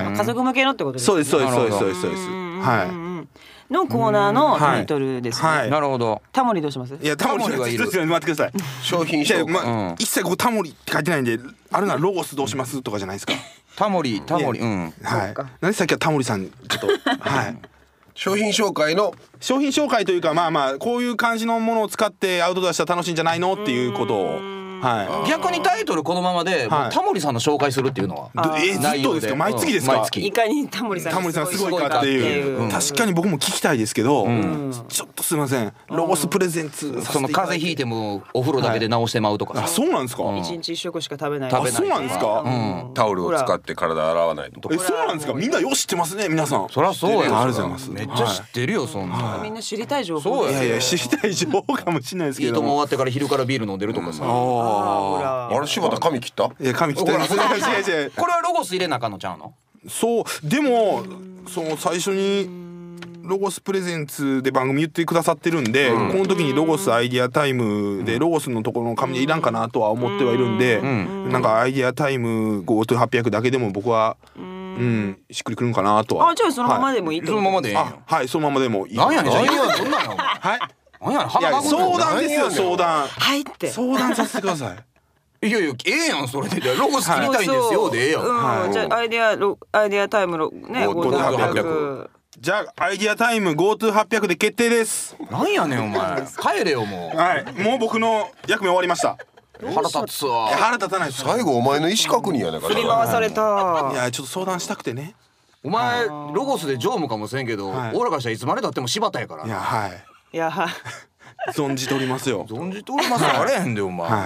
Speaker 5: はい、
Speaker 1: 家族向けのってことです
Speaker 5: そう
Speaker 1: ね
Speaker 5: ですそうですそうです
Speaker 3: な
Speaker 5: そう
Speaker 3: る
Speaker 5: ですそうです。
Speaker 1: うん
Speaker 5: は
Speaker 1: のコーナーのタイトルですね、
Speaker 5: はい
Speaker 3: なるほど
Speaker 1: タモリどうします
Speaker 5: い。いやタモ
Speaker 3: タモリ
Speaker 5: リ
Speaker 3: は
Speaker 5: はいい
Speaker 3: る
Speaker 5: る。ちょっと待ってください。
Speaker 2: 商品
Speaker 5: いや
Speaker 2: 紹介
Speaker 5: ま
Speaker 3: うん
Speaker 5: あ一切こうタモリって書いてないんで、あるならロゴスどうしますとかじゃないですか。
Speaker 3: タモリタモリうん
Speaker 5: はい。なんでさっきはタモリさんちょっとはい。
Speaker 2: 商品紹介の
Speaker 5: 商品紹介というかまあまあこういう感じのものを使ってアウトドアしたら楽しいんじゃないのっていうことをは
Speaker 3: 逆にタイトルこのままで、もう
Speaker 5: はい
Speaker 3: タモリさんの紹介するっていうの
Speaker 5: い。ど
Speaker 3: は
Speaker 5: えずっとですか毎月ですか。
Speaker 3: 毎月
Speaker 1: いかにタモリさん
Speaker 5: タモリさんすごい
Speaker 1: か
Speaker 5: か
Speaker 1: っ
Speaker 5: ってて
Speaker 1: い
Speaker 5: いうう、
Speaker 1: うん
Speaker 5: 確かに僕も聞きたいですけど、ちょっとすいませんロゴスプレゼンツさ
Speaker 3: そ
Speaker 5: せて
Speaker 3: の
Speaker 5: いただ
Speaker 3: 風邪
Speaker 5: いて
Speaker 3: ひいてもお風呂だけで治してまうとか
Speaker 5: あ
Speaker 3: さ、
Speaker 5: そうなんですか、
Speaker 1: 一日一食しか食べない
Speaker 3: 食
Speaker 5: あ
Speaker 3: べ
Speaker 5: そうなんですか、
Speaker 2: タオルを使って体洗わないと
Speaker 5: えそうなんですかみんなよう知ってますね皆さん
Speaker 3: そりゃそうや
Speaker 5: ありがとうございます
Speaker 3: めっちゃ知ってるよ、そんな、
Speaker 1: みんな知りたい情
Speaker 3: そ
Speaker 1: 報
Speaker 3: う
Speaker 5: い
Speaker 3: や
Speaker 5: やいや知りたい情報かもしれないです
Speaker 3: いい
Speaker 5: けど
Speaker 3: とも終わってから昼からビール飲んでるとかさ、
Speaker 1: ほ
Speaker 3: こ
Speaker 5: あ
Speaker 1: ら
Speaker 2: あれ柴田髪切った
Speaker 5: あいや髪切った
Speaker 3: ほら
Speaker 5: 違う違う違う
Speaker 3: れはロゴス入れなあかんのちゃうの
Speaker 5: そうでもその最初にロゴスプレゼンツで番組言ってくださってるんで、この時にロゴスアイディアタイムでロゴスのところの紙いらんかなとは思ってはいるんで、なんかアイディアタイム GoTo800 だけでも僕はうん、しっくりくるんかなとは
Speaker 1: あじゃあそのまま
Speaker 5: はい、
Speaker 1: でもいいって
Speaker 3: そ
Speaker 1: こ
Speaker 3: の
Speaker 1: と
Speaker 3: ままでええん
Speaker 5: あ
Speaker 3: よ
Speaker 5: はいそのままでもいい
Speaker 3: なんやねんじゃあ
Speaker 5: はい
Speaker 3: いよそんなんやお前なんやねん
Speaker 5: い
Speaker 3: 鼻
Speaker 5: や
Speaker 3: か
Speaker 5: 相談ですよ
Speaker 2: なんやねん
Speaker 5: 相談
Speaker 1: はいって
Speaker 5: 相談させてください
Speaker 3: いやいやええやんそれでじゃあロゴス切りたいんですよでええやん、
Speaker 1: うんじゃあアイデアロアイデアタイムロね
Speaker 5: ゴ
Speaker 1: ゴ
Speaker 5: ー
Speaker 1: ー
Speaker 5: ル
Speaker 1: ル
Speaker 5: ド
Speaker 1: ド
Speaker 5: 800
Speaker 1: 800
Speaker 5: じゃあアイディアタイム GoTo800 で決定です
Speaker 3: なんやねんお前帰れよも
Speaker 5: はいもう僕の役目終わりました
Speaker 3: う腹立つわ
Speaker 5: 腹立たないです
Speaker 2: 最後お前の意思確認やねんか
Speaker 1: 振り回
Speaker 2: ら
Speaker 1: され
Speaker 5: い
Speaker 1: た
Speaker 5: やちょっと相談したくてね
Speaker 3: お前ロゴスで常務かもしれんけど、
Speaker 5: はい
Speaker 3: 俺らからしたらいつまでたっても柴田やから
Speaker 5: いやはい
Speaker 1: いやは
Speaker 5: 存じておりますよ
Speaker 3: 存じておりますあれへんでお前、
Speaker 5: はい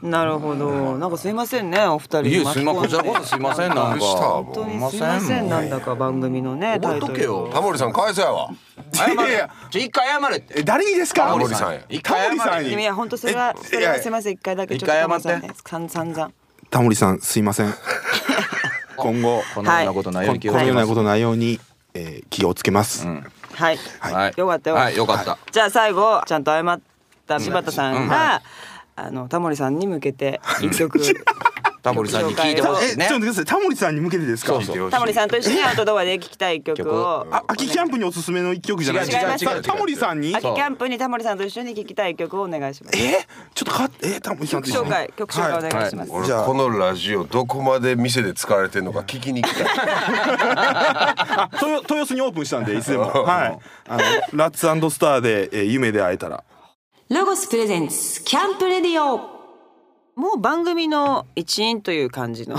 Speaker 1: なるほどなんかすいませんねお二人
Speaker 3: い、いえ
Speaker 1: 巻
Speaker 3: す
Speaker 1: き
Speaker 3: い
Speaker 1: 込
Speaker 3: ま
Speaker 1: で
Speaker 3: せんこちらこそすいませんなんか
Speaker 2: びっくりしたわも
Speaker 1: 本当にすいませんなんだか番組のね
Speaker 3: 覚えとけよ
Speaker 2: タモリさん返せやわ
Speaker 3: 謝れ
Speaker 5: いやいや
Speaker 3: ちょ一回謝れって
Speaker 5: え誰にですか
Speaker 3: タ
Speaker 5: タ
Speaker 3: モ
Speaker 5: モ
Speaker 3: リ
Speaker 5: リ
Speaker 3: さ
Speaker 5: さ
Speaker 3: ん
Speaker 5: ん
Speaker 3: や
Speaker 5: タモリさん
Speaker 1: いや
Speaker 5: に
Speaker 1: いや本当それはそれはすいません一回だけちょっと
Speaker 3: 一回謝って
Speaker 1: ねさんさんざん
Speaker 5: タモリさんすいませ ん今後
Speaker 3: このようなことないよう
Speaker 5: こ
Speaker 3: に
Speaker 5: ん
Speaker 3: 気
Speaker 5: こ
Speaker 3: をつ
Speaker 5: の
Speaker 3: け
Speaker 5: よう
Speaker 3: ま
Speaker 5: な
Speaker 3: す
Speaker 5: ことないようにえー気をつけます
Speaker 1: はい
Speaker 3: はい
Speaker 1: よかったよ
Speaker 3: はいよかった、
Speaker 1: じゃあ最後ちゃんと謝 った柴田さんが、あのタモリさんに向けて一曲
Speaker 3: タモリさんに聞いてほしいね
Speaker 5: えちょっと待ってくださいタモリさんに向けてですか
Speaker 3: そうそう
Speaker 1: タモリさんと一緒にアウトドアで聞きたい曲を
Speaker 5: あ秋キャンプにおすすめの一曲じゃない
Speaker 3: 違う
Speaker 5: ですか
Speaker 3: 違う違う違う
Speaker 5: タモリさんに
Speaker 1: 秋キ
Speaker 3: う
Speaker 1: ャンプにタモリさんと一緒に聞きたい曲をお願いします
Speaker 5: えちょっとかえタモリさんと一緒
Speaker 1: 曲紹介曲紹介お願いします、
Speaker 2: 俺
Speaker 5: じゃあ
Speaker 2: このラジオどこまで店で使われてるのか聞きに 行きたい
Speaker 5: あ豊豊洲にオープンしたんでいつでも はいあのラッツスターで、えー夢で会えたら
Speaker 4: ロゴスプレゼンツキャンプレディオ
Speaker 1: もう番組の一員という感 じの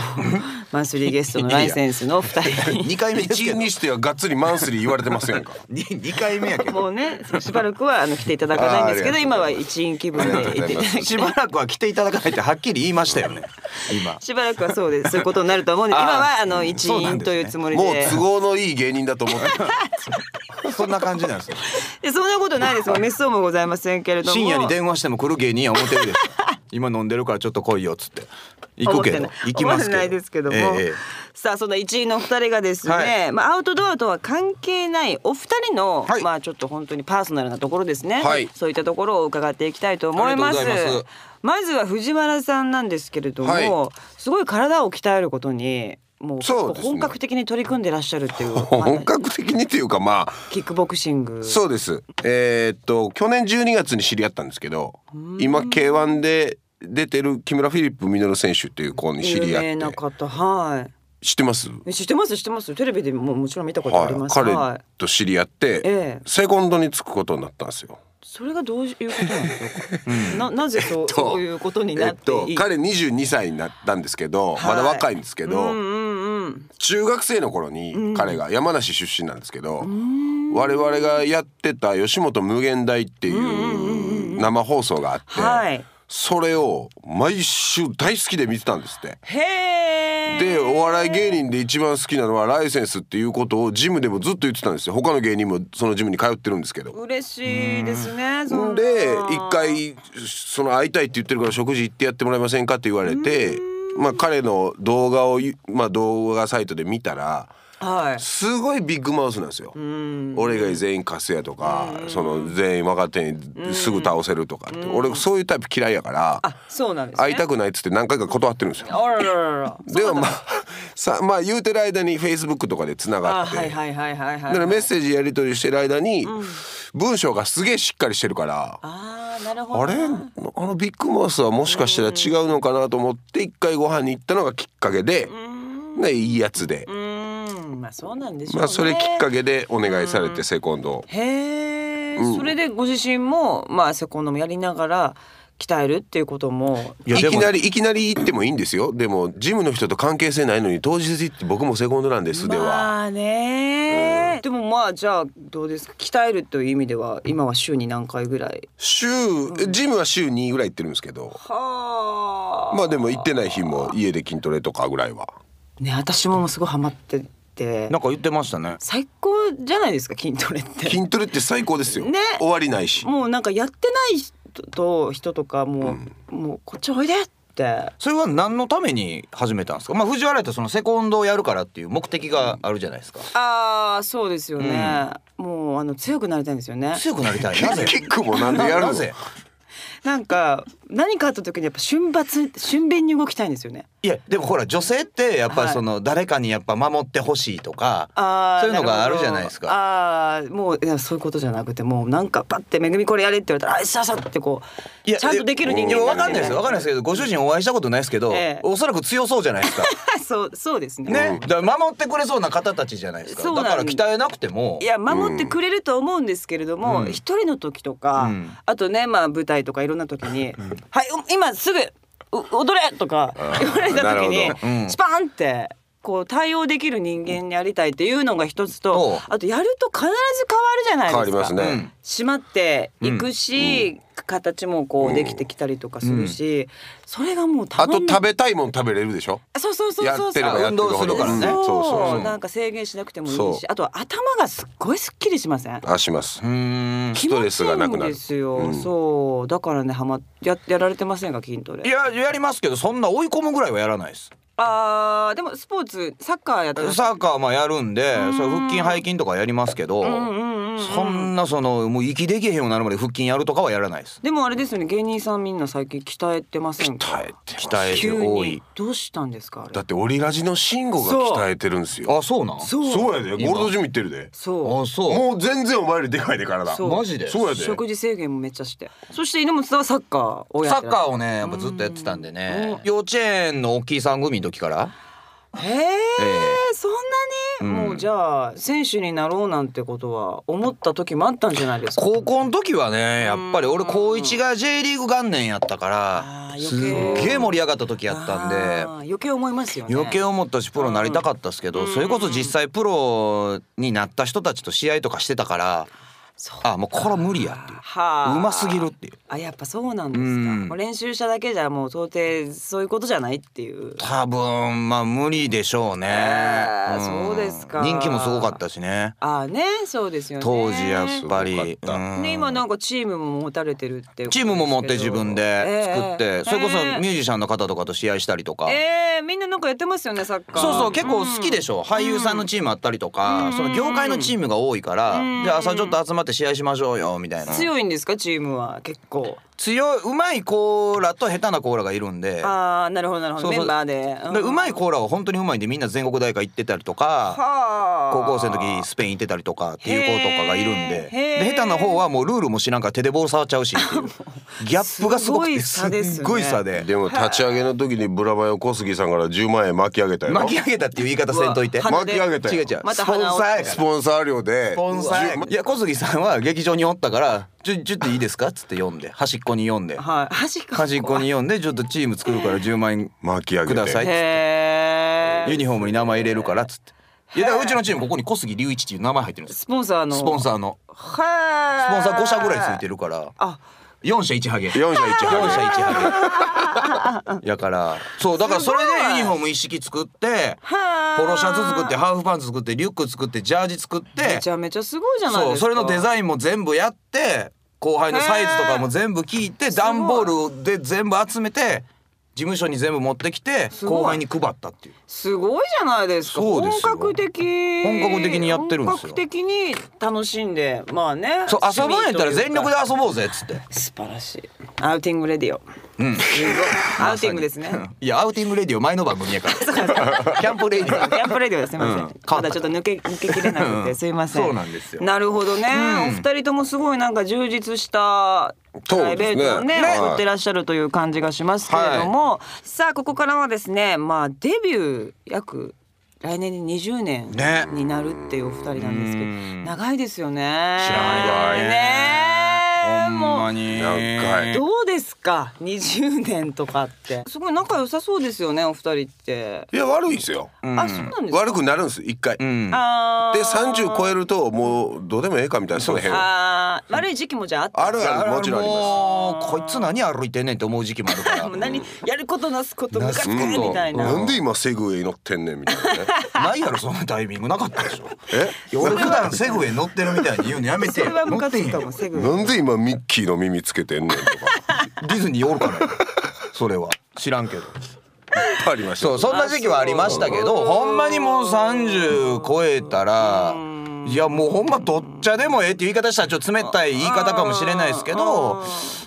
Speaker 1: マンスリーゲストのライセンスの二人に
Speaker 3: 二回目です
Speaker 2: 一
Speaker 3: け
Speaker 2: 員
Speaker 3: ど
Speaker 2: にしてはがっつりマンスリー言われてませんか
Speaker 3: 二二回目やけど
Speaker 1: もうねしばらくはあの来ていただかないんですけど
Speaker 2: あーあり
Speaker 1: 今
Speaker 2: がとうご
Speaker 1: は
Speaker 2: ざいます
Speaker 1: 一員気分
Speaker 2: ありがとう
Speaker 1: でい
Speaker 2: ござ
Speaker 1: て
Speaker 2: います
Speaker 3: しばらくは来ていただかないってはっきり言いましたよね今
Speaker 1: しばらくはそうですそういうことになると思うんで
Speaker 3: あー
Speaker 1: 今はあの
Speaker 3: うん
Speaker 1: 一
Speaker 3: そうなん
Speaker 1: 員
Speaker 3: です
Speaker 1: と
Speaker 3: ね
Speaker 1: いうつもりで
Speaker 2: もう都合のいい芸人だと思っ て
Speaker 3: そんな感じなんですよ
Speaker 1: でそんなことないですもんメッそうもございませんけれども
Speaker 3: 深夜に電話しても来る芸人や思ってるでしょ今飲んでるからちょっと来いよっつって行くけ
Speaker 1: 思
Speaker 3: ど
Speaker 1: ってない
Speaker 3: 行きま
Speaker 1: 思って
Speaker 3: すけど
Speaker 1: ないですけども、
Speaker 3: ええええ
Speaker 1: さあそんな一位のお二人がですね、
Speaker 3: はい
Speaker 1: まあアウトドアとは関係ないお二人の、
Speaker 3: はい
Speaker 1: まあちょっと本当にパーソナルなところですね、
Speaker 2: はい
Speaker 1: そういったところを伺っていきたいと思います
Speaker 3: ありがとうございます
Speaker 1: まずは藤原さんなんですけれども、
Speaker 2: はい
Speaker 1: すごい体を鍛えることにもう
Speaker 2: そうですね
Speaker 1: 本格的に取り組んでらっしゃる っていう
Speaker 2: 本格的にっていうかまあ
Speaker 1: キックボクシング
Speaker 2: そうです。えーっと去年12月に知り合ったんですけど、今 K1 で出てる木村フィリップミノル選手っていう子に知り
Speaker 1: 有
Speaker 2: 合
Speaker 1: 名な
Speaker 2: って、
Speaker 1: 方はい
Speaker 2: 知ってます？
Speaker 1: え知ってます知ってますテレビでももちろん見たことあり
Speaker 2: は
Speaker 1: ま
Speaker 2: い、
Speaker 1: す、はい
Speaker 2: 彼と知り合って、
Speaker 1: ええ
Speaker 2: セコンドにつくことになったんですよ。
Speaker 1: それがどういうことなんでしょうか。ななぜそう、
Speaker 2: と
Speaker 1: そういうことに
Speaker 2: え
Speaker 1: な
Speaker 2: っ
Speaker 1: ってい
Speaker 2: と
Speaker 1: い、
Speaker 2: 彼22歳になったんですけど、
Speaker 1: はい
Speaker 2: まだ若いんですけど、
Speaker 1: うんうんうん。
Speaker 2: 中学生の頃に彼が山梨出身なんですけど、我々がやってた吉本無限大っていう生放送があって、
Speaker 1: はい
Speaker 2: それを毎週大好きで見てたんですって。
Speaker 1: へえ。
Speaker 2: でお笑い芸人で一番好きなのはライセンスっていうことをジムでもずっと言ってたんですよ他の芸人もそのジムに通ってるんですけど。
Speaker 1: 嬉しいですね。そんな
Speaker 2: で一。回その会いたいって言ってるから食事行ってやってもらえませんかって言われて、まあ、彼の動画を、まあ、動画サイトで見たら
Speaker 1: はい。
Speaker 2: すごいビッグマウスなんですよ。俺以外全員貸すやとかその全員若手にすぐ倒せるとかって俺そういうタイプ嫌いやから
Speaker 1: あ、そうなんです、ね。
Speaker 2: 会いたくないっつって何回か断ってるんですよ。
Speaker 1: あらららら。
Speaker 2: ではまあさまあ言うてる間にフェイスブックとかでつな
Speaker 1: あ、
Speaker 2: がって、
Speaker 1: はいはいはいはいは
Speaker 2: だ
Speaker 1: い。
Speaker 2: からメッセージやり取りしてる間に、文章がすげえしっかりしてるからあ
Speaker 1: ああ、なるほど。
Speaker 2: れあのビッグマウスはもしかしたら違うのかなと思って一回ご飯に行ったのがきっかけで、ね、いいやつで、
Speaker 1: うーん、まあ、そうなんでしょうね。
Speaker 2: まあ、それきっかけでお願いされてセコンドを。
Speaker 1: へえ、それでご自身も、まあ、セコンドもやりながら。鍛えるっていうことも。
Speaker 2: いきなりいきなり行ってもいいんですよでもジムの人と関係性ないのに当日行って僕もセコンドなんですでは、
Speaker 1: まあね、でもまあじゃあどうですか鍛えるという意味では今は週に何回ぐらい
Speaker 2: 週ジムは週2ぐらい行ってるんですけど
Speaker 1: はあ、
Speaker 2: まあでも行ってない日も家で筋トレとかぐらいは。
Speaker 1: ね私ももうすごいハマってて
Speaker 3: なんか言ってましたね
Speaker 1: 最高じゃないですか筋トレって
Speaker 2: 筋トレって最高ですよ。
Speaker 1: ね
Speaker 2: 終わりないし。
Speaker 1: もうなんかやってない人と人とかもう、もうこっちおいでって
Speaker 3: それは何のために始めたんですかまあ藤原ってそのセコンドをやるからっていう目的があるじゃないですか
Speaker 1: ああそうですよね、もうあの強くなりたいんですよね
Speaker 3: 強くなりたい
Speaker 2: キ
Speaker 3: なぜ
Speaker 2: ックもなんでやる
Speaker 3: な
Speaker 2: の？
Speaker 3: ぜ
Speaker 1: なんか何かあった時にやっぱ瞬発瞬便に動きたいんですよね
Speaker 3: いやでもほら女性ってやっぱ
Speaker 1: はい
Speaker 3: りその誰かにやっぱ守ってほしいとか、
Speaker 1: あー
Speaker 3: そういうのがある
Speaker 1: ほど
Speaker 3: じゃないですか
Speaker 1: ああもういやそういうことじゃなくてもうなんかパッて「めぐみこれやれ」って言われたら「あいさあさ」ってこう
Speaker 3: いや
Speaker 1: ちゃんとできる人間
Speaker 3: いやわ
Speaker 1: な
Speaker 3: かんないですよわかんないですけどご主人お会いしたことないですけど、
Speaker 1: ええ
Speaker 3: おそらく強そうじゃないですか
Speaker 1: そうそうですね
Speaker 3: ね、だから守ってくれそうな方たちじゃないです
Speaker 1: そ
Speaker 3: か
Speaker 1: うな
Speaker 3: だ
Speaker 1: ん
Speaker 3: から鍛えなくても
Speaker 1: いや守ってくれると思うんですけれども
Speaker 3: うん
Speaker 1: 一、人の時とか、
Speaker 3: うん
Speaker 1: あとねまあ舞台とかいろんな時に「はいお今すぐう踊れ!」とか言われた時
Speaker 2: な
Speaker 1: に
Speaker 2: る
Speaker 3: ほどうん
Speaker 1: スパンって。こう対応できる人間にありたいっていうのが一つ
Speaker 3: お
Speaker 1: と
Speaker 3: う
Speaker 1: あとやると必ず変わるじゃないです
Speaker 2: 変
Speaker 1: か。
Speaker 2: わります
Speaker 3: う
Speaker 2: ね
Speaker 3: ん。
Speaker 1: 締まっていくし、形もこうできてきたりとかするし、それがもうた
Speaker 2: あ
Speaker 1: ま
Speaker 2: と
Speaker 1: んない
Speaker 2: 食べたいもん食べれるでしょ。
Speaker 1: そうそうそうそうそう
Speaker 2: やってればやってる
Speaker 3: 運動
Speaker 2: ほ
Speaker 3: す
Speaker 2: ど
Speaker 3: るからね
Speaker 2: うんそうそうそう。
Speaker 1: なんか制限しなくても
Speaker 2: そ
Speaker 1: いういしあとは頭がすっごいすっきりしません
Speaker 2: あします
Speaker 3: う。ーん
Speaker 2: ストレスがな
Speaker 1: 気持
Speaker 2: くな
Speaker 1: ちいいん
Speaker 2: る
Speaker 1: ですよ、
Speaker 2: うん
Speaker 1: そうだからねハマややられてませんか筋トレ
Speaker 3: いややりますけどそんな追い込むぐらいはやらないです
Speaker 1: あーでもスポーツサッカーやってらっしゃる
Speaker 3: サッカーはまあやるんでそれ腹筋背筋とかやりますけど、
Speaker 1: うんうんうん
Speaker 3: そんなそのもう息できへんようになるまで腹筋やるとかはやらないです
Speaker 1: でもあれですよね芸人さんみんな最近鍛えてませんか
Speaker 2: 鍛えてます
Speaker 3: 鍛えて
Speaker 1: 急
Speaker 3: 多い
Speaker 1: にどうしたんですかあれ
Speaker 2: だってオリラジの慎吾
Speaker 1: そう
Speaker 2: が鍛えてるんですよ
Speaker 3: あそうなん
Speaker 1: そう
Speaker 2: そうやでゴールドジム行ってるで
Speaker 1: そう
Speaker 3: あそう
Speaker 2: もう全然お前よりでかいで体
Speaker 1: そう
Speaker 3: マジで
Speaker 2: そうやで
Speaker 1: 食事制限もめっちゃしてそして犬本さんはサッカーをや
Speaker 3: サ
Speaker 1: って
Speaker 3: ッ
Speaker 1: らっしゃ
Speaker 3: カ
Speaker 1: る
Speaker 3: ーをねやっぱずっとやってたんでね幼稚園の大きいさん組の時から
Speaker 1: へえ
Speaker 3: え
Speaker 1: そんなに、
Speaker 3: うん
Speaker 1: もうじゃあ選手になろうなんてことは思った時もあったんじゃないですか
Speaker 3: 高校の時はねやっぱり俺高1が J リーグ元年やったか
Speaker 1: あー
Speaker 3: ら
Speaker 1: 余計
Speaker 3: すっげえ盛り上がった時やったん
Speaker 1: あ
Speaker 3: で
Speaker 1: ー余計思いますよね
Speaker 3: 余計思ったしプロになりたかったっすけどそれこそ実際プロになった人たちと試合とかしてたからあもうこれは無理やっていう
Speaker 1: はあ
Speaker 3: うますぎるっていう
Speaker 1: あやっぱそうなんですか、
Speaker 3: うん
Speaker 1: もう練習しただけじゃもう到底そういうことじゃないっていう
Speaker 3: 多分まあ無理でしょうね、
Speaker 1: えー
Speaker 3: ん
Speaker 1: そうですか
Speaker 3: 人気もすごかったしね
Speaker 1: ああねそうですよね
Speaker 3: 当時やっぱり
Speaker 2: すごかった
Speaker 3: うん
Speaker 1: ね今なんかチームも持たれてるって
Speaker 3: チームも持って自分で作って、それこそミ
Speaker 1: ュ
Speaker 3: ュージシャンの方とかと試合したりとか、
Speaker 1: えーみんななんかやってますよねサッカー
Speaker 3: そうそう結構好きでしょ、俳優さんのチームあったりと
Speaker 1: う
Speaker 3: か、
Speaker 1: ん
Speaker 3: その業界のチームが多いから、
Speaker 1: うん
Speaker 3: じゃあ朝ちょっと集まって試合しましょうよみたいな
Speaker 1: 強いんですかチームは結構
Speaker 3: 強いうまい子らと下手な子らがいるんで
Speaker 1: ああなるほどなるほど
Speaker 3: そうそ
Speaker 1: メ
Speaker 3: う
Speaker 1: ンバーでん
Speaker 3: でうまい子らは本当にうまいんでみんな全国大会行ってたりとか
Speaker 1: はあ
Speaker 3: 高校生の時スペイン行ってたりとかっていう子とかがいるんで
Speaker 1: へーへー
Speaker 3: で下手な方はもうルールも知らんから手でボール触っちゃう しっていうギャップがすごくて
Speaker 1: す
Speaker 3: す
Speaker 1: ごい差ですね
Speaker 3: っごい差で
Speaker 2: でも立ち上げの時にブラマヨ小杉さんから10万円巻き上げたよ
Speaker 3: 巻き上げたっていう言い方せんといて
Speaker 1: うわ
Speaker 3: ま
Speaker 2: 巻き上げた
Speaker 3: 違う違
Speaker 2: よ
Speaker 3: うスポン
Speaker 1: また
Speaker 3: サ
Speaker 1: 鼻を
Speaker 3: ーやから
Speaker 2: スポンサー料で
Speaker 3: スポンサーや
Speaker 2: 10
Speaker 3: いや小杉さんは劇場におったから「ちょちょっといいですか?」っつって読んで端っこに読んで
Speaker 1: はい端っこ
Speaker 3: 端っこに読んで「ちょっとチーム作るから10万円
Speaker 2: 巻き上げ
Speaker 3: ください」っつっ
Speaker 2: て
Speaker 3: て
Speaker 1: へえ
Speaker 3: ユニフォームに名前入れるからっつって。いやだからうちのチームここに小杉隆一っていう名前入ってるんです
Speaker 1: スポンサーの
Speaker 3: スポンサーの
Speaker 1: は
Speaker 3: スポンサー5社ぐらいついて
Speaker 1: る
Speaker 3: るから
Speaker 1: あ
Speaker 3: 4社1ハゲ
Speaker 2: 4社1
Speaker 3: 四社
Speaker 2: ハ
Speaker 3: 一ハゲ やからそうだからそれでユニフォーム一式作って
Speaker 1: は
Speaker 3: ポロシャツ作ってハーフパンツ作ってリュック作ってジャージ作って
Speaker 1: めちゃめちゃすごいじゃないです
Speaker 3: そ
Speaker 1: か
Speaker 3: うそれのデザインも全部やって後輩のサイズとかも全部聞いて段ボールで全部集めて事務所に全部持ってきて
Speaker 1: ごい
Speaker 3: 後輩に配ったっていう
Speaker 1: すごいじゃないですか
Speaker 3: そうですよ
Speaker 1: 本格的
Speaker 3: 本格的にやってるんです
Speaker 1: 本
Speaker 3: よ
Speaker 1: 格的に楽しんでまあね
Speaker 3: そう遊ぶんやったら全力で
Speaker 1: だ
Speaker 3: 遊ぼうぜっつって
Speaker 1: 素晴らしいアウティングレディオ
Speaker 3: うん
Speaker 1: す ごいアウティングですね
Speaker 3: いやアウティングレディオ前の番組 やからキャンプレディオ
Speaker 1: キャンプレディオですすみません、
Speaker 3: うん
Speaker 1: まだちょっと抜け抜けきれなくてすいません
Speaker 3: そうなんですよ
Speaker 1: なるほどね、お二人ともすごいなんか充実したプライベートをね
Speaker 2: そうですね
Speaker 1: 送ってらっしゃるという感じがしますけれども、さあここからはですねまあデビュー約来年に20年
Speaker 3: ね
Speaker 1: になるっていうお二人なんですけど、
Speaker 3: うん
Speaker 1: 長いですよね
Speaker 3: 知らない
Speaker 1: ね
Speaker 3: ね
Speaker 1: え
Speaker 3: ほんまに
Speaker 2: なん
Speaker 1: どうですか20年とかってすごい仲良さそうですよねお二人って、
Speaker 2: いや悪いですよ
Speaker 1: あそうなんですか
Speaker 2: 悪くなるんです一回
Speaker 3: うん
Speaker 1: あー
Speaker 2: で30超えるともうどうでもええかみたいなその辺は
Speaker 1: あー悪い時期もじゃああった
Speaker 2: あるあるもちろんありま
Speaker 3: も うこいつ何歩いてんねんって思う時期もあるから
Speaker 1: もう何やることなすことムカつく
Speaker 2: なすこと
Speaker 1: みたい
Speaker 2: す
Speaker 1: な、
Speaker 2: なんで今セグウェイ乗ってんねんみたいなね
Speaker 3: ないやろそんなタイミングなかったでしょ
Speaker 2: え
Speaker 3: いや俺普段セグウェイ乗ってるみたいに言うのやめ
Speaker 1: そ
Speaker 3: て
Speaker 1: れ
Speaker 3: よ
Speaker 1: は
Speaker 3: 乗
Speaker 1: ム
Speaker 3: っ
Speaker 1: カ
Speaker 3: て
Speaker 1: つ
Speaker 3: へん
Speaker 1: くかも
Speaker 3: よ
Speaker 1: セグ
Speaker 2: なんで今ミッキーの耳つけてんねんとかいっ
Speaker 3: ディズニーおるからよ それは知らんけど
Speaker 2: ぱいありました
Speaker 3: そうそんな時期はありましたけどほんまにもう30超えたらいやもうほんまどっちゃでもええっていう言い方したらちょっと冷たい言い方かもしれないですけど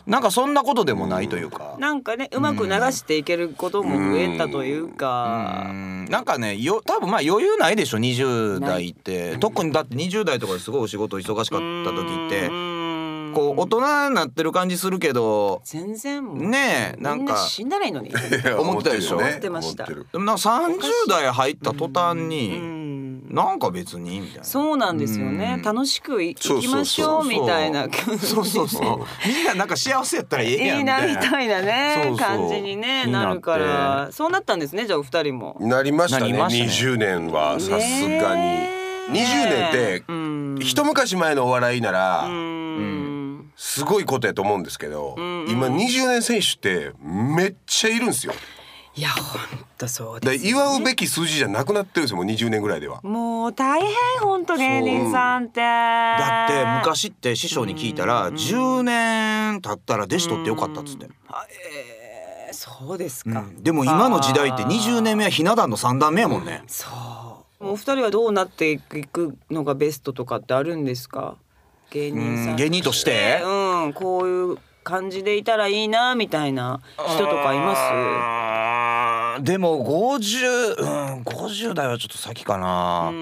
Speaker 3: なんかそんなことでもないというか。
Speaker 1: なんかねうまく流していけることも増えたという
Speaker 3: う
Speaker 1: か
Speaker 3: んなんかねよ多分まあ余裕ないでしょ20代って特にだって20代とかですごいお仕事忙しかった時って
Speaker 1: うん
Speaker 3: こう大人になってる感じするけど
Speaker 1: 全然もう
Speaker 3: ねえなん
Speaker 1: みんな
Speaker 3: か
Speaker 1: 死んだらいいの に
Speaker 2: いや
Speaker 3: 思ってたでしょ
Speaker 2: 思
Speaker 1: 思ってました
Speaker 2: 思ってる
Speaker 3: でもなんか30代入った途端
Speaker 1: う
Speaker 3: に
Speaker 1: ん
Speaker 3: なんか別にみたいな。
Speaker 1: そうなんですよね
Speaker 3: うん
Speaker 1: 楽しくいい
Speaker 2: そうそうそう
Speaker 1: きましょうみたいな
Speaker 3: そ うそうそう。みんななんか幸せやったらええやん
Speaker 1: いい
Speaker 3: み
Speaker 1: な
Speaker 3: たい
Speaker 1: み
Speaker 3: な。
Speaker 1: たいなね
Speaker 3: そうそう
Speaker 1: 感じにね
Speaker 3: になって
Speaker 1: なるからそうなったんですねじゃあお二人も。
Speaker 2: なりましたね
Speaker 3: なりました
Speaker 2: 20年はさすがに
Speaker 1: ねえ
Speaker 2: 20年って
Speaker 1: うん
Speaker 2: 一昔前のお笑いなら
Speaker 1: うん
Speaker 2: すごいことやと思うんですけど今20年選手ってめっちゃいるんですよ
Speaker 1: いやほんとそう
Speaker 2: だから
Speaker 1: です
Speaker 2: 祝うべき数字じゃなくなってるんですよもう20年ぐらいでは
Speaker 1: もう大変ほんと芸人さんってだ
Speaker 3: だって昔って師匠に聞いたら10年経ったら弟子取ってよかったっつって、
Speaker 1: そうですか、
Speaker 3: うんでも今の時代って20年目はひな壇の3段目やもんね
Speaker 1: そうお二人はどうなっていくのがベストとかってあるんですか芸人さん、
Speaker 3: うん芸人として
Speaker 1: うんこういう感じでいたらいいなみたいな人とかいま
Speaker 3: あーでも50、うん、50代はちょっと先かな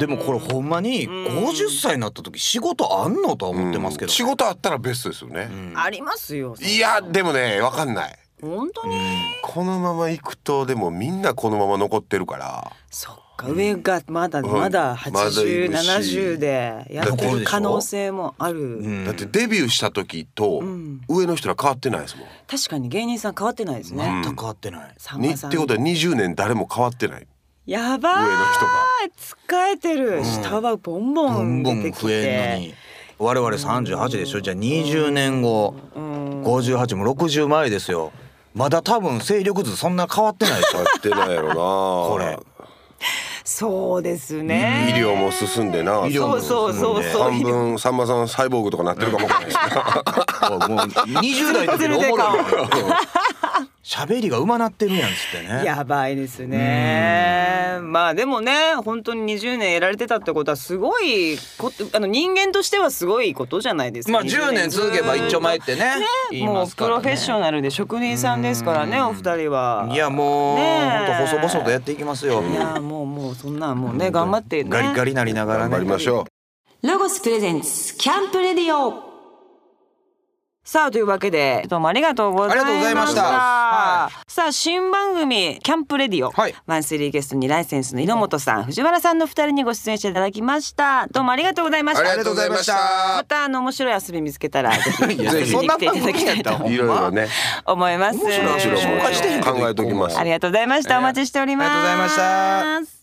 Speaker 3: でもこれほんまに50歳になった時仕事あんのとは思ってますけど、
Speaker 2: 仕事あったらベストですよね、
Speaker 1: すありますよ
Speaker 2: いやでもねわかんない
Speaker 1: 本当に、
Speaker 2: このまま行くとでもみんなこのまま残ってるから
Speaker 1: そっか上がまだまだ
Speaker 2: うんまだいるし
Speaker 1: 8070でやってる可能性もある、
Speaker 2: だってデビューした時と上の人ら変わってないですもん、
Speaker 1: 確かに芸人さん変わってないですね、
Speaker 3: 全く変わってない
Speaker 1: さん
Speaker 2: に
Speaker 1: ま
Speaker 2: っ
Speaker 1: さん
Speaker 2: てことは20年誰も変わってない
Speaker 1: やばー
Speaker 2: 上の人が
Speaker 1: 使えてる、下はボンボ
Speaker 3: ど
Speaker 1: ン
Speaker 3: ん
Speaker 1: 出
Speaker 3: どん
Speaker 1: てきて
Speaker 3: 増えんのに我々38でしょじゃあ20年後58も60前ですよまだ多分勢力図そんな変わってないでし
Speaker 2: 変
Speaker 3: ょ
Speaker 2: わってないやろなこ
Speaker 3: これ
Speaker 1: そうですね、
Speaker 2: 医療も進んでな
Speaker 1: そうそうそうそう
Speaker 2: 半分さんまさんサイボーグとかなってるかもわかんないですね
Speaker 3: もう20代の時のおもろいのよ喋りがうまなってるやんっつってね
Speaker 1: やばいですねまあでもね本当に20年やられてたってことはすごいことあの人間としてはすごいことじゃないですか
Speaker 3: まあ10年続けば一丁前
Speaker 1: っ
Speaker 3: ってね言い
Speaker 1: も
Speaker 3: ま
Speaker 1: う
Speaker 3: す
Speaker 1: プ
Speaker 3: からね
Speaker 1: ロフェッショナルで職人さんですからねお二人はい
Speaker 3: やもう
Speaker 1: ねえ
Speaker 3: 本当細々とやっていきますよ
Speaker 1: いやもうもうそんなんもうね頑張ってね
Speaker 3: ガリガリなりながら
Speaker 2: 頑張りま
Speaker 3: ね
Speaker 2: しょう
Speaker 4: ロゴスプレゼンツキャンプレディオ
Speaker 1: さあというわけでどうもありがとうございました
Speaker 3: ありがとうございましたは
Speaker 1: さあ新番組「キャンプレディオ」
Speaker 3: はい
Speaker 1: マンスリーゲストにライセンスの井本さん藤原さんの2人にご出演していただきましたどうもありがとうございました
Speaker 2: ありがとうございました
Speaker 1: またあの面白い遊び見つけたらぜひ
Speaker 3: いや
Speaker 1: 遊び
Speaker 3: そん
Speaker 1: に
Speaker 3: な
Speaker 1: 来ていただきたい
Speaker 3: 番
Speaker 1: と
Speaker 3: 組
Speaker 2: いろいろね
Speaker 1: 思います
Speaker 2: もちろん
Speaker 3: 紹介してへんけど
Speaker 2: 考えときます
Speaker 1: ありがとうございましたお待ちしております
Speaker 3: ありがとうございました